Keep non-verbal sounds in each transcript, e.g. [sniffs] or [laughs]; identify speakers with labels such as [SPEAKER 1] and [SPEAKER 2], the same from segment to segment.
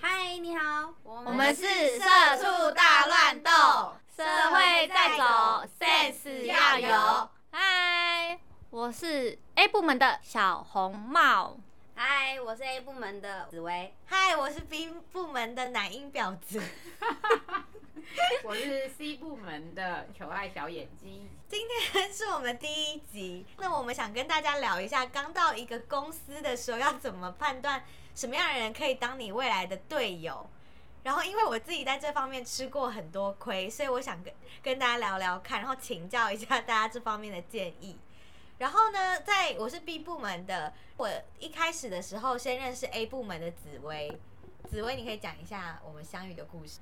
[SPEAKER 1] 嘿，你好，我
[SPEAKER 2] 我们是社畜大乱斗，社会在走，sense 要有。
[SPEAKER 3] 嗨，我是 A 部门的小红帽。
[SPEAKER 1] 嗨，我是 A 部门的紫薇。
[SPEAKER 2] 嗨，我是 B 部门的奶音婊子。
[SPEAKER 4] [laughs] 我是 C 部门的求爱小眼睛，
[SPEAKER 2] 今天 [laughs] 是我们第一集，那我们想跟大家聊一下，刚到一个公司的时候要怎么判断什么样的人可以当你未来的队友。然后，因为我自己在这方面吃过很多亏，所以我想跟跟大家聊聊看，然后请教一下大家这方面的建议。然后呢，在我是 B 部门的，我一开始的时候先认识 A 部门的紫薇。紫薇，你可以讲一下我们相遇的故事。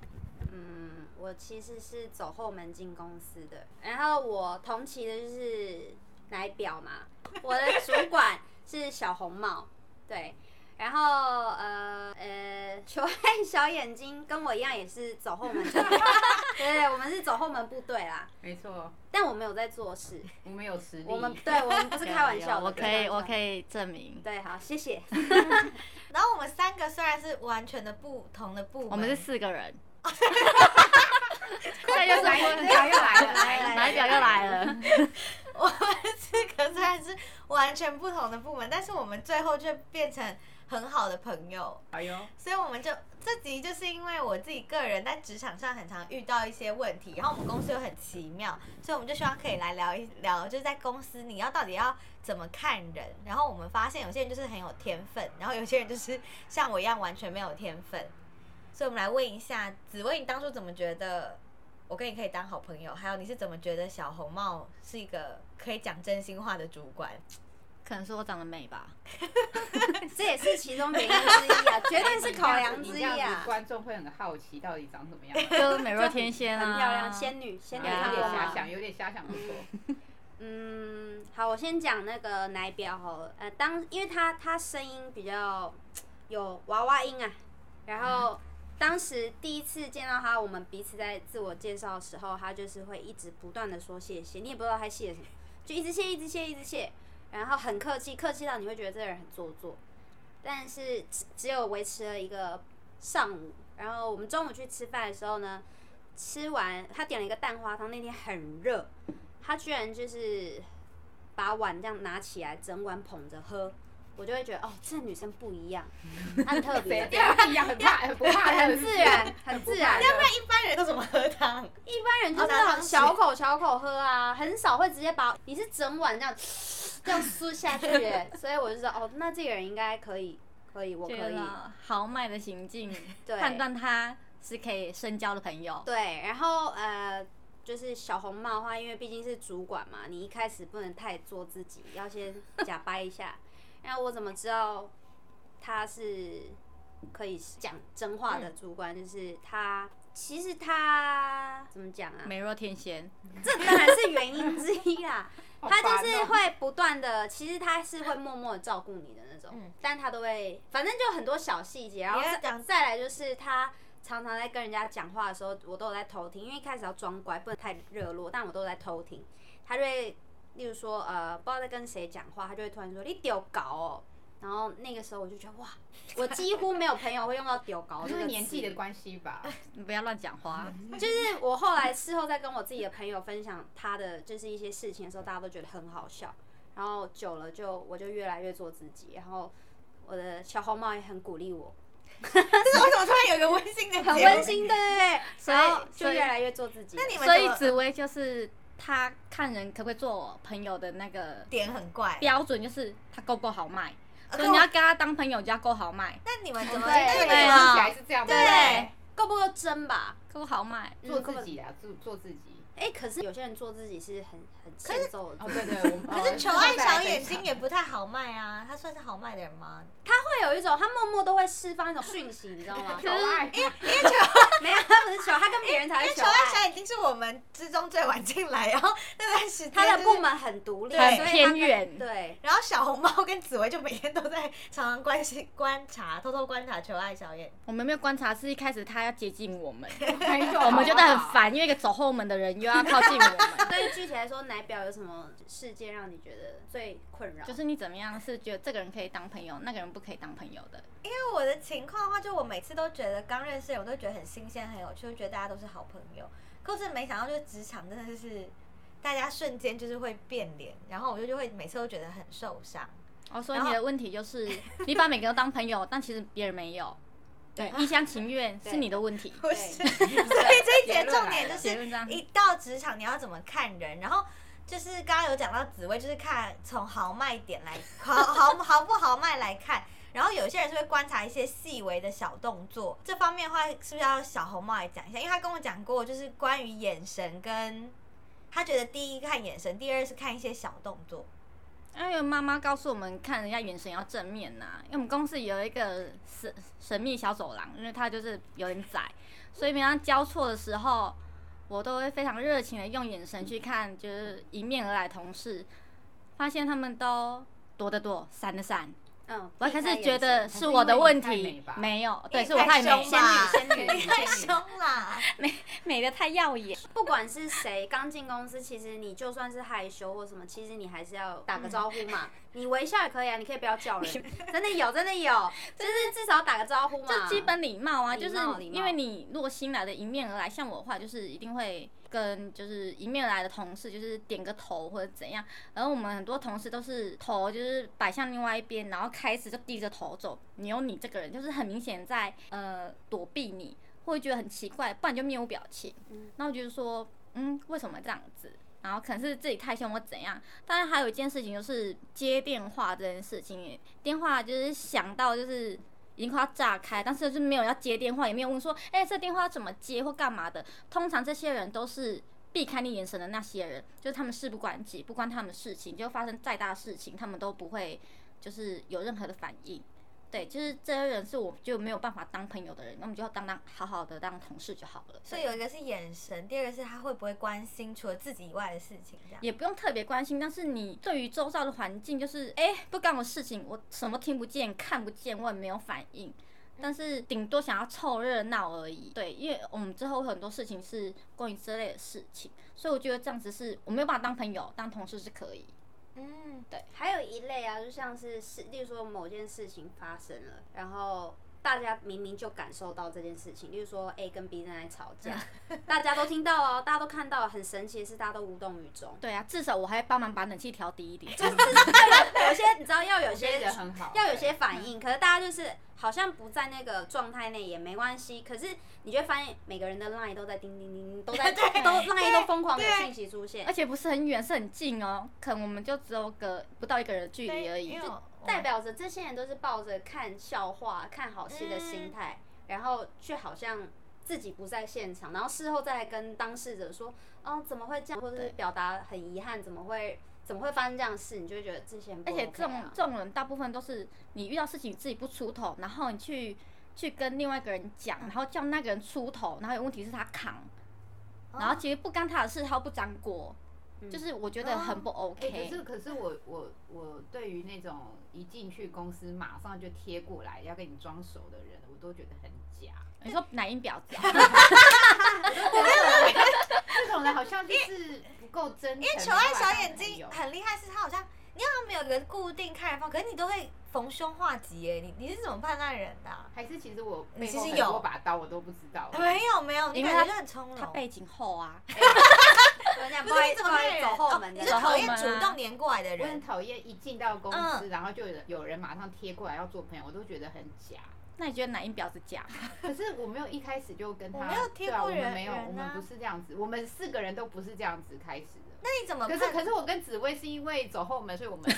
[SPEAKER 1] 嗯，我其实是走后门进公司的，然后我同期的就是奶表嘛，我的主管是小红帽， [laughs] 对，然后呃呃，球爱小眼睛跟我一样也是走后门 [laughs] 进公司，对对，我们是走后门部队啦，
[SPEAKER 4] 没错，
[SPEAKER 1] 但我没有在做
[SPEAKER 3] [laughs]
[SPEAKER 1] 事，
[SPEAKER 4] 我们有实力。
[SPEAKER 1] 我们对我们不是开玩笑的，
[SPEAKER 3] 我可以，我可
[SPEAKER 1] 以，
[SPEAKER 3] 以证明，
[SPEAKER 1] 对，好，谢谢。
[SPEAKER 2] 然后我们三个虽然是完全的不同的部门，
[SPEAKER 3] 我们是四个人。 [laughs] 再又
[SPEAKER 4] 来
[SPEAKER 3] 来
[SPEAKER 4] 又来又来了，
[SPEAKER 3] 来表又来了，
[SPEAKER 2] [laughs] 我们四个虽然是完全不同的部门，但是我们最后却变成很好的朋友，
[SPEAKER 4] 哎呦，
[SPEAKER 2] 所以我们就这集就是因为我自己个人在职场上很常遇到一些问题，然后我们公司又很奇妙，所以我们就希望可以来聊一聊，就是在公司你要到底要怎么看人。然后我们发现有些人就是很有天分，然后有些人就是像我一样完全没有天分，所以我们来问一下紫薇，你当初怎么觉得我跟你可以当好朋友？还有你是怎么觉得小红帽是一个可以讲真心话的主管？
[SPEAKER 3] 可能是我长得美吧。
[SPEAKER 1] 这也是其中原因之一啊，绝对是考量之一
[SPEAKER 4] 你这样
[SPEAKER 1] 啊
[SPEAKER 4] 子。观众会很好奇到底长什么样，
[SPEAKER 3] 就是美若天仙
[SPEAKER 1] 很
[SPEAKER 3] 啊，
[SPEAKER 1] 漂亮，仙女，仙女
[SPEAKER 3] 啊
[SPEAKER 1] 看过
[SPEAKER 4] 有点遐
[SPEAKER 1] 吗？
[SPEAKER 4] 想，有点遐想，不错。
[SPEAKER 1] 嗯，好，我先讲那个奶表好了。呃，当因为她她声音比较有娃娃音啊，然后当时第一次见到她，我们彼此在自我介绍的时候，她就是会一直不断的说谢谢，你也不知道她谢什么，就一直谢，一直谢，一直谢，然后很客气，客气到你会觉得这个人很做作，但是只只有维持了一个上午。然后我们中午去吃饭的时候呢，吃完她点了一个蛋花汤，那天很热，他居然就是把碗这样拿起来，整碗捧着喝，我就会觉得哦，这女生不一样，她很特别
[SPEAKER 4] 谁，这样一样很怕，很不怕，
[SPEAKER 1] [laughs] 很自然，很
[SPEAKER 4] 不
[SPEAKER 1] 自
[SPEAKER 4] 怕
[SPEAKER 1] 然
[SPEAKER 4] 的。
[SPEAKER 2] 一般人都怎么喝汤？ [laughs]
[SPEAKER 1] 一般人就是那种小口小口喝啊，很少会直接把你是整碗这样 [sniffs] 这样输下去 [laughs] 耶，所以我就说哦，那这个人应该可以，可以，我可
[SPEAKER 3] 觉
[SPEAKER 1] 以。
[SPEAKER 3] 得豪迈的行径，
[SPEAKER 1] 对
[SPEAKER 3] 判断他是可以深交的朋友。
[SPEAKER 1] 对，然后呃，就是小红帽的话，因为毕竟是主管嘛，你一开始不能太做自己，要先假掰一下。 [laughs] 然后我怎么知道他是可以讲真话的主管？就是他，其实他怎么讲啊？
[SPEAKER 3] 美若天仙，
[SPEAKER 1] 这当然是原因之一啦。
[SPEAKER 4] 好
[SPEAKER 1] 他
[SPEAKER 4] 烦哦
[SPEAKER 1] 就是会不断的，其实他是会默默的照顾你的那种，
[SPEAKER 2] 嗯
[SPEAKER 1] 但他都会，反正就很多小细节。然后
[SPEAKER 2] 你要
[SPEAKER 1] 再
[SPEAKER 2] 讲
[SPEAKER 1] 再来就是他常常在跟人家讲话的时候，我都有在偷听，因为一开始要装乖，不能太热络，但我都有在偷听。他就会，例如说呃，不知道在跟谁讲话，他就会突然说你丢搞哦。然后那个时候我就觉得哇，我几乎没有朋友会用到丢搞这
[SPEAKER 4] 因
[SPEAKER 1] 个
[SPEAKER 4] 为
[SPEAKER 1] 词
[SPEAKER 4] 年纪的关系吧，
[SPEAKER 3] 你不要乱讲话。
[SPEAKER 2] 嗯
[SPEAKER 1] 就是 [laughs] 我后来事后在跟我自己的朋友分享他的就是一些事情的时候，大家都觉得很好笑。然后久了就我就越来越做自己，然后我的小红帽也很鼓励我，
[SPEAKER 2] 这是为什么突然有一个温馨的？
[SPEAKER 1] 很温。馨，对对对，
[SPEAKER 3] 所以
[SPEAKER 1] 然后就
[SPEAKER 3] 所以
[SPEAKER 1] 越来越做自己。
[SPEAKER 2] 那你们
[SPEAKER 3] 所以
[SPEAKER 2] 怎么
[SPEAKER 3] 紫薇就是他看人可不可以做朋友的那个
[SPEAKER 2] 点很怪，
[SPEAKER 3] 标准，就是他够不够好卖。
[SPEAKER 2] 哎啊
[SPEAKER 3] 所以你要跟他当朋友，就要够好卖，
[SPEAKER 2] 那你们怎么？
[SPEAKER 1] 对
[SPEAKER 2] 那
[SPEAKER 4] 因
[SPEAKER 2] 你
[SPEAKER 4] 为
[SPEAKER 3] 对
[SPEAKER 2] 们怎么
[SPEAKER 4] 你
[SPEAKER 3] 啊
[SPEAKER 4] 听起来是这样，
[SPEAKER 2] 对，
[SPEAKER 1] 够不够真吧？
[SPEAKER 3] 够好卖。
[SPEAKER 1] 嗯
[SPEAKER 4] 做自己啊，做做自己。
[SPEAKER 1] 哎，可是有些人做自己是很很欠揍的，
[SPEAKER 4] 哦，对对，我们
[SPEAKER 2] 可是求爱小眼睛也不太好卖啊，他算是好卖的人吗？
[SPEAKER 4] [laughs]
[SPEAKER 1] 他会有一种他默默都会释放一种讯息，你知道吗？
[SPEAKER 4] 求爱，
[SPEAKER 2] 因为求
[SPEAKER 1] 没有，他不是求爱，他跟别人才会
[SPEAKER 2] 因为
[SPEAKER 1] 求
[SPEAKER 2] 球爱
[SPEAKER 1] 爱。
[SPEAKER 2] 小已经是我们之中最晚进来，然后那段时间
[SPEAKER 1] 他的
[SPEAKER 2] 就是
[SPEAKER 1] 部门很独立，
[SPEAKER 2] 对
[SPEAKER 1] 所以他
[SPEAKER 3] 偏
[SPEAKER 1] 跟
[SPEAKER 3] 远
[SPEAKER 1] 对，
[SPEAKER 2] 然后小红帽跟紫薇就每天都在常常关心、观察、偷偷观察求爱小眼。
[SPEAKER 3] 我们没有观察，是一开始他要接近我
[SPEAKER 2] [laughs]
[SPEAKER 3] 们，
[SPEAKER 4] [laughs] 没错
[SPEAKER 3] 我们觉得很。烦，因为一个走后门的人又要靠近我们。
[SPEAKER 2] [laughs]
[SPEAKER 1] 对于具体来说，奶表有什么事件让你觉得最困扰？
[SPEAKER 3] 就是你怎么样是觉得这个人可以当朋友，那个人不可以当朋友的。
[SPEAKER 2] 因为我的情况的话，就我每次都觉得刚认识的人，我都觉得很新鲜、很有趣，就觉得大家都是好朋友。可我真的没想到，就是职场真的是大家瞬间就是会变脸，然后我就就会每次都觉得很受伤。
[SPEAKER 3] 哦，所以
[SPEAKER 2] 然后
[SPEAKER 3] 你的问题就是， [laughs] 你把每个人都当朋友，但其实别人没有。对，
[SPEAKER 2] 啊
[SPEAKER 3] 一厢情愿
[SPEAKER 1] 对
[SPEAKER 3] 是你的问
[SPEAKER 2] [laughs]
[SPEAKER 3] 题。
[SPEAKER 2] 不是，
[SPEAKER 1] 对
[SPEAKER 2] 所以这一节重点就
[SPEAKER 3] 结论啊这样
[SPEAKER 2] 是一到职场你要怎么看人，然后。就是刚刚有讲到紫薇，就是看从豪迈点来，豪 [laughs] 豪豪不豪迈来看，然后有些人是会观察一些细微的小动作，这方面的话是不是要小红帽来讲一下？因为他跟我讲过，就是关于眼神跟他觉得第一看眼神，第二是看一些小动作。
[SPEAKER 3] 因为妈妈告诉我们，看人家眼神要正面呐、因为我们公司有一个神神秘小走廊，因为它就是有点窄，所以平常交错的时候，我都会非常热情的用眼神去看，就是迎面而来的同事，发现他们都躲的躲，闪的闪，
[SPEAKER 1] 嗯，
[SPEAKER 3] 我开始觉
[SPEAKER 1] 避开眼
[SPEAKER 3] 得
[SPEAKER 1] 神
[SPEAKER 3] 是我的问
[SPEAKER 4] 还是因为
[SPEAKER 3] 题
[SPEAKER 4] 你太美吧，
[SPEAKER 3] 没有，对，
[SPEAKER 2] 因
[SPEAKER 3] 是
[SPEAKER 2] 为
[SPEAKER 3] 我
[SPEAKER 2] 你
[SPEAKER 3] 太
[SPEAKER 2] 太凶
[SPEAKER 3] 美，
[SPEAKER 2] 吧
[SPEAKER 1] 仙女仙女
[SPEAKER 4] 你
[SPEAKER 2] 太
[SPEAKER 4] [laughs]
[SPEAKER 2] 凶啦！
[SPEAKER 3] 美的太耀眼。
[SPEAKER 1] 不管是谁刚进公司，其实你就算是害羞或什么，其实你还是要打
[SPEAKER 3] 嗯
[SPEAKER 1] 个招呼嘛。你微笑也可以啊，你可以不要叫人。真的有，真的
[SPEAKER 3] [laughs]
[SPEAKER 1] 有，就是至少打个招呼嘛。
[SPEAKER 3] 就基本礼貌啊，
[SPEAKER 1] 礼
[SPEAKER 3] 就是
[SPEAKER 1] 貌礼貌
[SPEAKER 3] 因为你如果新来的迎面而来，像我的话，就是一定会跟就是迎面而来的同事就是点个头或者怎样，然后我们很多同事都是头就是摆向另外一边，然后开始就低着头走，你有你这个人就是很明显在呃躲避你，会觉得很奇怪，不然就面无表情
[SPEAKER 1] 嗯，
[SPEAKER 3] 那我就是说嗯为什么这样子？然后可能是自己太凶或怎样，当然还有一件事情就是接电话这件事情，电话就是想到就是已经快要炸开，但是就是没有要接电话，也没有问说，哎、这电话要怎么接或干嘛的。通常这些人都是避开你眼神的那些人，就是他们事不关己，不关他们的事情，就发生再大的事情，他们都不会就是有任何的反应。对，就是这些人是我就没有办法当朋友的人，那我们就要当当好好的当同事就好了。
[SPEAKER 2] 所以有一个是眼神，第二个是他会不会关心除了自己以外的事情，这样。
[SPEAKER 3] 也不用特别关心，但是你对于周遭的环境，就是哎、不干我事情，我什么听不见、看不见，我也没有反应，但是顶多想要凑热闹而已。对，因为我们之后会很多事情是关于这类的事情，所以我觉得这样子是我没有办法当朋友、当同事是可以。
[SPEAKER 2] 嗯，
[SPEAKER 1] 还有一类啊，就像是事，例如说某件事情发生了，然后大家明明就感受到这件事情，例如说 A 跟 B 正在吵
[SPEAKER 3] [laughs]
[SPEAKER 1] 架，大家都听到了哦，大家都看到了，很神奇的是，大家都无动于衷。
[SPEAKER 3] 对啊，至少我还帮忙把冷气调低一
[SPEAKER 2] 哎
[SPEAKER 3] 点。
[SPEAKER 1] 有些你知道要有
[SPEAKER 4] 我觉
[SPEAKER 1] 些
[SPEAKER 4] 得很好，
[SPEAKER 1] 要有些反应，可是大家就是好像不在那个状态内也没关系。可是你就会发现每个人的 line 都在叮叮叮叮，都在都 line 都疯狂的
[SPEAKER 2] 对
[SPEAKER 1] 讯息出现
[SPEAKER 3] [laughs] 而，且不是很远，是很近哦，可能我们就只有个不到一个人的距离而已。
[SPEAKER 2] 因为
[SPEAKER 3] 就
[SPEAKER 2] 我
[SPEAKER 1] 代表着这些人都是抱着看笑话、看好戏的心态，然后却好像自己不在现场，然后事后再来跟当事者说，哦，怎么会这样，或者是表达很遗憾，怎么会怎么会发生这样的事，你就会觉得这些人不
[SPEAKER 3] 而
[SPEAKER 1] OK 啊、
[SPEAKER 3] 且这种这种人大部分都是你遇到事情你自己不出头，然后你去去跟另外一个人讲，然后叫那个人出头，然后有问题是他扛，然后其实不干他的事，他又不沾锅，就是我觉得很不
[SPEAKER 4] 哎、可
[SPEAKER 3] OK。
[SPEAKER 4] 是可是我我我对于那种一进去公司马上就贴过来要跟你装熟的人，我都觉得很假。 [laughs]
[SPEAKER 3] 你说奶音婊子啊，
[SPEAKER 4] 这种人好像就是不够真诚。因为
[SPEAKER 2] 求爱小眼睛很厉害，是他好像你好像没有个固定看人方，可是你都会逢凶化吉耶。你你是怎么判断人的啊、
[SPEAKER 4] 还是其实我
[SPEAKER 2] 你
[SPEAKER 4] 背
[SPEAKER 2] 其
[SPEAKER 4] 后
[SPEAKER 2] 实
[SPEAKER 4] 很
[SPEAKER 2] 有
[SPEAKER 4] 多把刀，我都不知道。
[SPEAKER 2] 没有没有，你
[SPEAKER 3] 因为
[SPEAKER 2] 感觉
[SPEAKER 3] 他
[SPEAKER 2] 就很从容。
[SPEAKER 3] 他背景厚啊，
[SPEAKER 1] 人家不好意思，不好意
[SPEAKER 2] 不是你怎么看
[SPEAKER 1] 思
[SPEAKER 2] 人
[SPEAKER 1] 走后
[SPEAKER 2] 哦
[SPEAKER 1] 门，的
[SPEAKER 2] 你 [laughs]
[SPEAKER 1] 时
[SPEAKER 2] 是
[SPEAKER 1] 候。
[SPEAKER 2] 讨厌
[SPEAKER 3] 走后门
[SPEAKER 2] 主
[SPEAKER 3] 啊
[SPEAKER 2] 动黏过来的
[SPEAKER 4] 我很
[SPEAKER 2] 人。
[SPEAKER 4] 讨厌一进到公
[SPEAKER 2] 嗯
[SPEAKER 4] 司，然后就有有人马上贴过来要做朋友，我都觉得很假。
[SPEAKER 3] 那你觉得奶音婊子假吗？
[SPEAKER 4] 可是我没有一开始就跟他，
[SPEAKER 2] 我没有贴过
[SPEAKER 4] 对啊，我
[SPEAKER 2] 人
[SPEAKER 4] 们没有，
[SPEAKER 2] 人啊
[SPEAKER 4] 我们不是这样子，我们四个人都不是这样子开始的。
[SPEAKER 2] 那你怎么
[SPEAKER 4] 可
[SPEAKER 2] 看？
[SPEAKER 4] 是可是我跟紫薇是因为走后门，所以 [laughs] 我们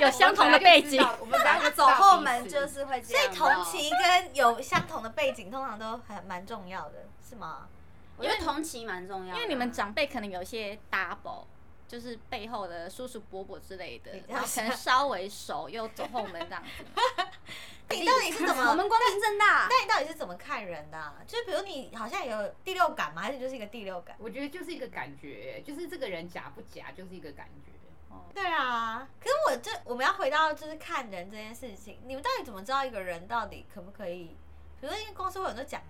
[SPEAKER 3] 有相同的背景，
[SPEAKER 4] 我们两个
[SPEAKER 1] 走后门就是会这
[SPEAKER 2] 所以
[SPEAKER 1] 样。
[SPEAKER 2] 同，期跟有相同的背景，通常都很蛮重要的，是吗？
[SPEAKER 1] 我觉得同期蛮重要
[SPEAKER 3] 因
[SPEAKER 1] 的，啊
[SPEAKER 3] 为你们长辈可能有一些 double。就是背后的叔叔伯伯之类的，然后可能稍微熟又走后门这样子，
[SPEAKER 2] 你到底是怎 [laughs]
[SPEAKER 1] 我
[SPEAKER 2] 么？
[SPEAKER 1] 们光明正大，
[SPEAKER 2] 那你到底是怎么看人的啊、就是比如你好像有第六感吗？还是就是一个第六感？
[SPEAKER 4] 我觉得就是一个感觉，就是这个人假不假，就是一个感觉。
[SPEAKER 2] 对啊，可是我这我们要回到就是看人这件事情，你们到底怎么知道一个人到底可不可以？比如说，因为公司会有很多讲，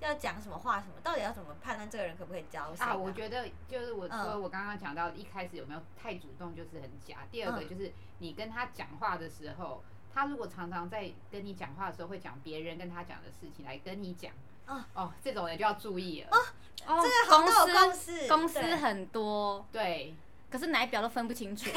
[SPEAKER 2] 要讲什么话什么，到底要怎么判断这个人可不可以交心
[SPEAKER 4] 啊，我觉得就是我
[SPEAKER 2] 嗯
[SPEAKER 4] 说我刚刚讲到一开始有没有太主动，就是很假。第二个
[SPEAKER 2] 嗯
[SPEAKER 4] 就是你跟他讲话的时候，他如果常常在跟你讲话的时候会讲别人跟他讲的事情来跟你讲，
[SPEAKER 2] 啊
[SPEAKER 4] 哦，这种人就要注意了。
[SPEAKER 3] 哦，
[SPEAKER 2] 这个好像都有
[SPEAKER 3] 公
[SPEAKER 2] 公
[SPEAKER 3] 司
[SPEAKER 2] 式，
[SPEAKER 3] 公司
[SPEAKER 2] 对
[SPEAKER 3] 很多，
[SPEAKER 4] 对，
[SPEAKER 3] 可是哪一表都分不清楚。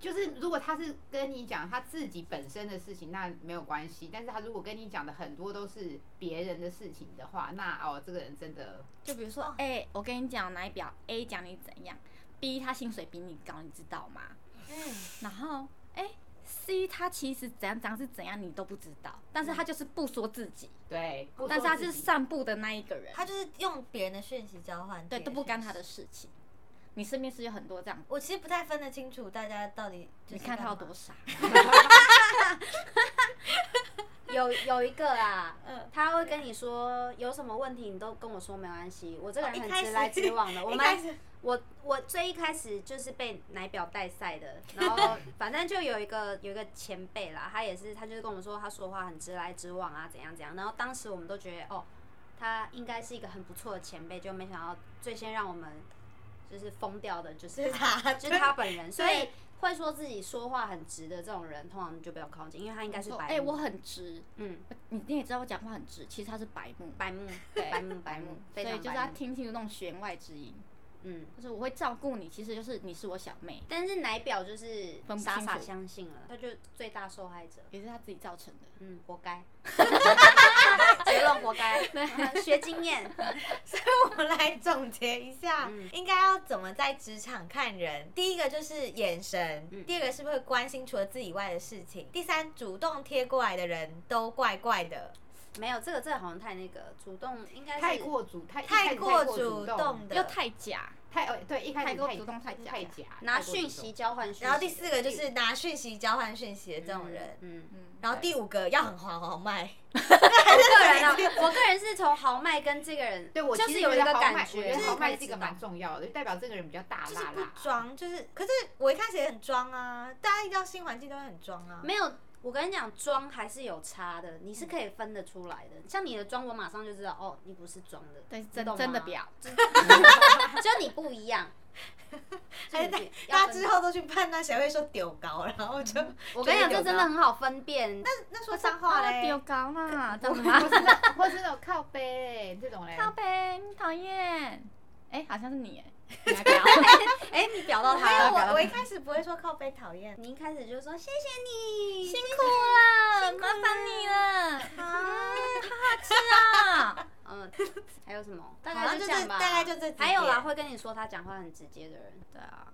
[SPEAKER 4] 就是如果他是跟你讲他自己本身的事情，那没有关系。但是他如果跟你讲的很多都是别人的事情的话，那哦，这个人真的
[SPEAKER 3] 就比如说，哎、我跟你讲哪一表 A 讲你怎样，B 他薪水比你高，你知道吗？
[SPEAKER 2] 嗯，
[SPEAKER 3] 然后，哎、c 他其实怎样怎样是怎样你都不知道，但是他就是不说自己，
[SPEAKER 4] 对，嗯不
[SPEAKER 3] 但是
[SPEAKER 4] 说
[SPEAKER 3] 他
[SPEAKER 4] 自
[SPEAKER 3] 是
[SPEAKER 4] 己
[SPEAKER 3] 散步的那一个人，
[SPEAKER 2] 他就是用别人的讯息交换，
[SPEAKER 3] 对都不干他的
[SPEAKER 2] 事。
[SPEAKER 3] 事情。你身边是有很多这样，
[SPEAKER 2] 我其实不太分得清楚大家到底就
[SPEAKER 3] 你
[SPEAKER 2] 是
[SPEAKER 3] 看他有
[SPEAKER 2] 干
[SPEAKER 3] 多
[SPEAKER 2] 嘛
[SPEAKER 3] 傻，
[SPEAKER 1] 有有一个啊，
[SPEAKER 2] 嗯
[SPEAKER 1] 他会跟你说有什么问题，你都跟我说没关系。我这个
[SPEAKER 2] 哦
[SPEAKER 1] 人
[SPEAKER 2] 一
[SPEAKER 1] 很
[SPEAKER 2] 开
[SPEAKER 1] 直
[SPEAKER 2] 始
[SPEAKER 1] 来直往
[SPEAKER 2] [laughs]
[SPEAKER 1] 的。我
[SPEAKER 2] 一开
[SPEAKER 1] 们
[SPEAKER 2] 始
[SPEAKER 1] 我我最一开始就是被奶表带赛的，然
[SPEAKER 3] [laughs]
[SPEAKER 1] 后反正就有一个有一个前辈啦，他也是他就是跟我们说他说话很直来直往啊，怎样怎样。然后当时我们都觉得哦，他应该是一个很不错的前辈，就没想到最先让我们就是疯掉的就是
[SPEAKER 3] [laughs]
[SPEAKER 2] 是他
[SPEAKER 1] 就是他本人，所以
[SPEAKER 2] 对。
[SPEAKER 1] 会说自己说话很直的这种人，通常就不要靠近，因为他应该是
[SPEAKER 3] 说
[SPEAKER 1] 白目。
[SPEAKER 3] 哎、我很直，
[SPEAKER 1] 嗯，
[SPEAKER 3] 你你也知道我讲话很直，其实他是白目，
[SPEAKER 1] 白
[SPEAKER 3] [laughs]
[SPEAKER 1] 目，
[SPEAKER 3] 对
[SPEAKER 1] 白目，白目，嗯非
[SPEAKER 3] 所以
[SPEAKER 1] 常
[SPEAKER 3] 就是
[SPEAKER 1] 白
[SPEAKER 3] 要
[SPEAKER 1] 目
[SPEAKER 3] 听清楚那种弦外之音，
[SPEAKER 1] 嗯，
[SPEAKER 3] 就是我会照顾你，其实就是你是我小妹，
[SPEAKER 1] 但是奶表就是
[SPEAKER 3] 分不
[SPEAKER 1] 傻
[SPEAKER 3] 清
[SPEAKER 1] 傻
[SPEAKER 3] 楚
[SPEAKER 1] 相信了，他就最大受害者，
[SPEAKER 3] 也是他自己造成的。
[SPEAKER 1] 嗯，活该， [laughs] 结论活该，嗯学经验， [laughs]
[SPEAKER 2] 哎我们来总结一下，
[SPEAKER 1] 嗯
[SPEAKER 2] 应该要怎么在职场看人。第一个就是眼神，
[SPEAKER 1] 嗯
[SPEAKER 2] 第二个是不是会关心除了自己以外的事情，第三主动贴过来的人都怪怪的，
[SPEAKER 1] 没哦有这个，这个好像太那个主动，应该是
[SPEAKER 4] 太过主太
[SPEAKER 2] 太过
[SPEAKER 4] 主
[SPEAKER 2] 主动的。
[SPEAKER 3] 又太假，
[SPEAKER 4] 太哦对一开始
[SPEAKER 3] 太过主动太假
[SPEAKER 4] 太假，
[SPEAKER 1] 拿
[SPEAKER 4] 太过主
[SPEAKER 1] 讯
[SPEAKER 4] 动
[SPEAKER 1] 息交换讯息，
[SPEAKER 2] 然后第四个就是拿讯息交换讯息的这种人，
[SPEAKER 1] 嗯，嗯，
[SPEAKER 3] 嗯，
[SPEAKER 2] 然后第五个要很豪豪迈，
[SPEAKER 1] [laughs] 个人啊，我个人是从豪迈跟这个人，
[SPEAKER 4] 对我
[SPEAKER 1] 就
[SPEAKER 4] 其
[SPEAKER 1] 是
[SPEAKER 4] 实
[SPEAKER 1] 有一
[SPEAKER 4] 觉
[SPEAKER 1] 个
[SPEAKER 4] 得豪
[SPEAKER 1] 感
[SPEAKER 4] 迈我觉
[SPEAKER 1] 就
[SPEAKER 4] 得
[SPEAKER 1] 是可
[SPEAKER 4] 豪
[SPEAKER 1] 以
[SPEAKER 4] 迈是一
[SPEAKER 1] 知
[SPEAKER 4] 个
[SPEAKER 1] 道
[SPEAKER 4] 蛮重要的，就代表这个人比较大
[SPEAKER 2] 就是
[SPEAKER 4] 辣
[SPEAKER 2] 不
[SPEAKER 4] 辣。
[SPEAKER 2] 装，就是可是我一开始也很装啊，大家一到新环境都会很装啊。
[SPEAKER 1] 没有，我跟你讲，妆还是有差的，你是可以分得出来的。像你的妆，我马上就知道，哦，你不是妆的，
[SPEAKER 3] 对
[SPEAKER 1] 你
[SPEAKER 3] 真
[SPEAKER 1] 懂
[SPEAKER 3] 真的
[SPEAKER 1] 吗
[SPEAKER 3] 表，
[SPEAKER 1] [laughs] 就你不一样。就
[SPEAKER 2] 还
[SPEAKER 1] 你
[SPEAKER 2] 是
[SPEAKER 1] 不
[SPEAKER 2] 大
[SPEAKER 1] 一
[SPEAKER 2] 大
[SPEAKER 1] 要
[SPEAKER 2] 家
[SPEAKER 1] 分
[SPEAKER 2] 之后都去判断谁会说丢高，然后就
[SPEAKER 1] 嗯
[SPEAKER 2] [laughs]
[SPEAKER 1] 我跟你讲，这真的很好分辨。但
[SPEAKER 2] 那 [laughs] 说脏话嘞，
[SPEAKER 3] 啊丢高啦，怎
[SPEAKER 4] 或
[SPEAKER 3] 么？
[SPEAKER 4] 是那 [laughs] 种或是那种靠背这种嘞，
[SPEAKER 3] 靠北，你讨厌。哎，好像是 [laughs] 你哎，你来
[SPEAKER 1] 哎，你表到
[SPEAKER 2] 还
[SPEAKER 1] 他
[SPEAKER 2] 有
[SPEAKER 1] 了，
[SPEAKER 2] 我，我一开始不会说靠背讨厌。
[SPEAKER 1] 你一开始就说谢谢你，
[SPEAKER 3] 辛苦了，麻烦你了，
[SPEAKER 2] 啊，
[SPEAKER 3] 是啊，
[SPEAKER 1] 嗯，还有什么？大
[SPEAKER 2] 好
[SPEAKER 1] 概
[SPEAKER 2] 像
[SPEAKER 1] 就
[SPEAKER 2] 就
[SPEAKER 1] 这样
[SPEAKER 2] 是
[SPEAKER 1] 吧。
[SPEAKER 2] 大概就这几点。
[SPEAKER 1] 还有啦，会跟你说他讲话很直接的人，
[SPEAKER 3] 对啊，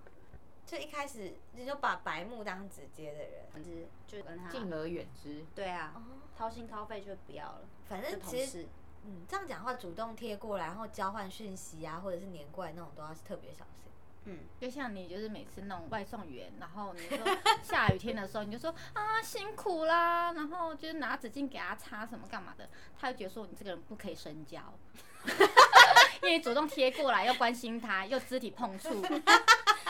[SPEAKER 2] 就一开始你就把白目当直接的人。
[SPEAKER 1] 就是就跟他
[SPEAKER 4] 敬而远之。
[SPEAKER 1] 对啊，
[SPEAKER 2] 哦，
[SPEAKER 1] 掏心掏肺就不要了。
[SPEAKER 2] 反
[SPEAKER 1] 就
[SPEAKER 2] 正
[SPEAKER 1] 同
[SPEAKER 2] 其实
[SPEAKER 1] 事，
[SPEAKER 2] 嗯，这样讲话主动贴过来，然后交换讯息啊，或者是黏过来那种都要特别小心。
[SPEAKER 1] 嗯，
[SPEAKER 3] 就像你就是每次那种外送员，然后你说啊下雨天的时候，你就说啊辛苦啦，然后就是拿纸巾给他擦什么干嘛的，他就觉得说你这个人不可以深交， [laughs] 因为主动贴过来又关心他，又肢体碰触，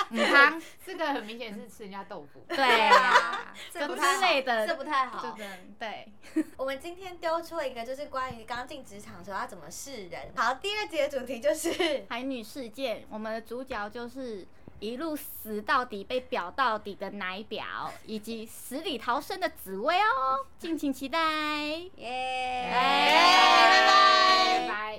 [SPEAKER 3] 母汤，
[SPEAKER 4] [laughs] 这个很明显是吃人家豆
[SPEAKER 1] [laughs]
[SPEAKER 4] 腐。
[SPEAKER 3] 对啊，
[SPEAKER 1] 这不
[SPEAKER 3] 就
[SPEAKER 1] 太
[SPEAKER 3] 之
[SPEAKER 1] 好
[SPEAKER 3] 类的，
[SPEAKER 1] 这不太
[SPEAKER 3] 就
[SPEAKER 1] 好。
[SPEAKER 3] 这样对。
[SPEAKER 2] 我们今天丢出了一个就是关于刚进职场的时候要怎么示人。好，第二节的主题就是
[SPEAKER 3] 海女事件，我们的主角就是一路死到底、被表到底的奶表，以及死里逃生的紫薇哦，敬请期待。
[SPEAKER 1] 耶，
[SPEAKER 4] 哎拜拜。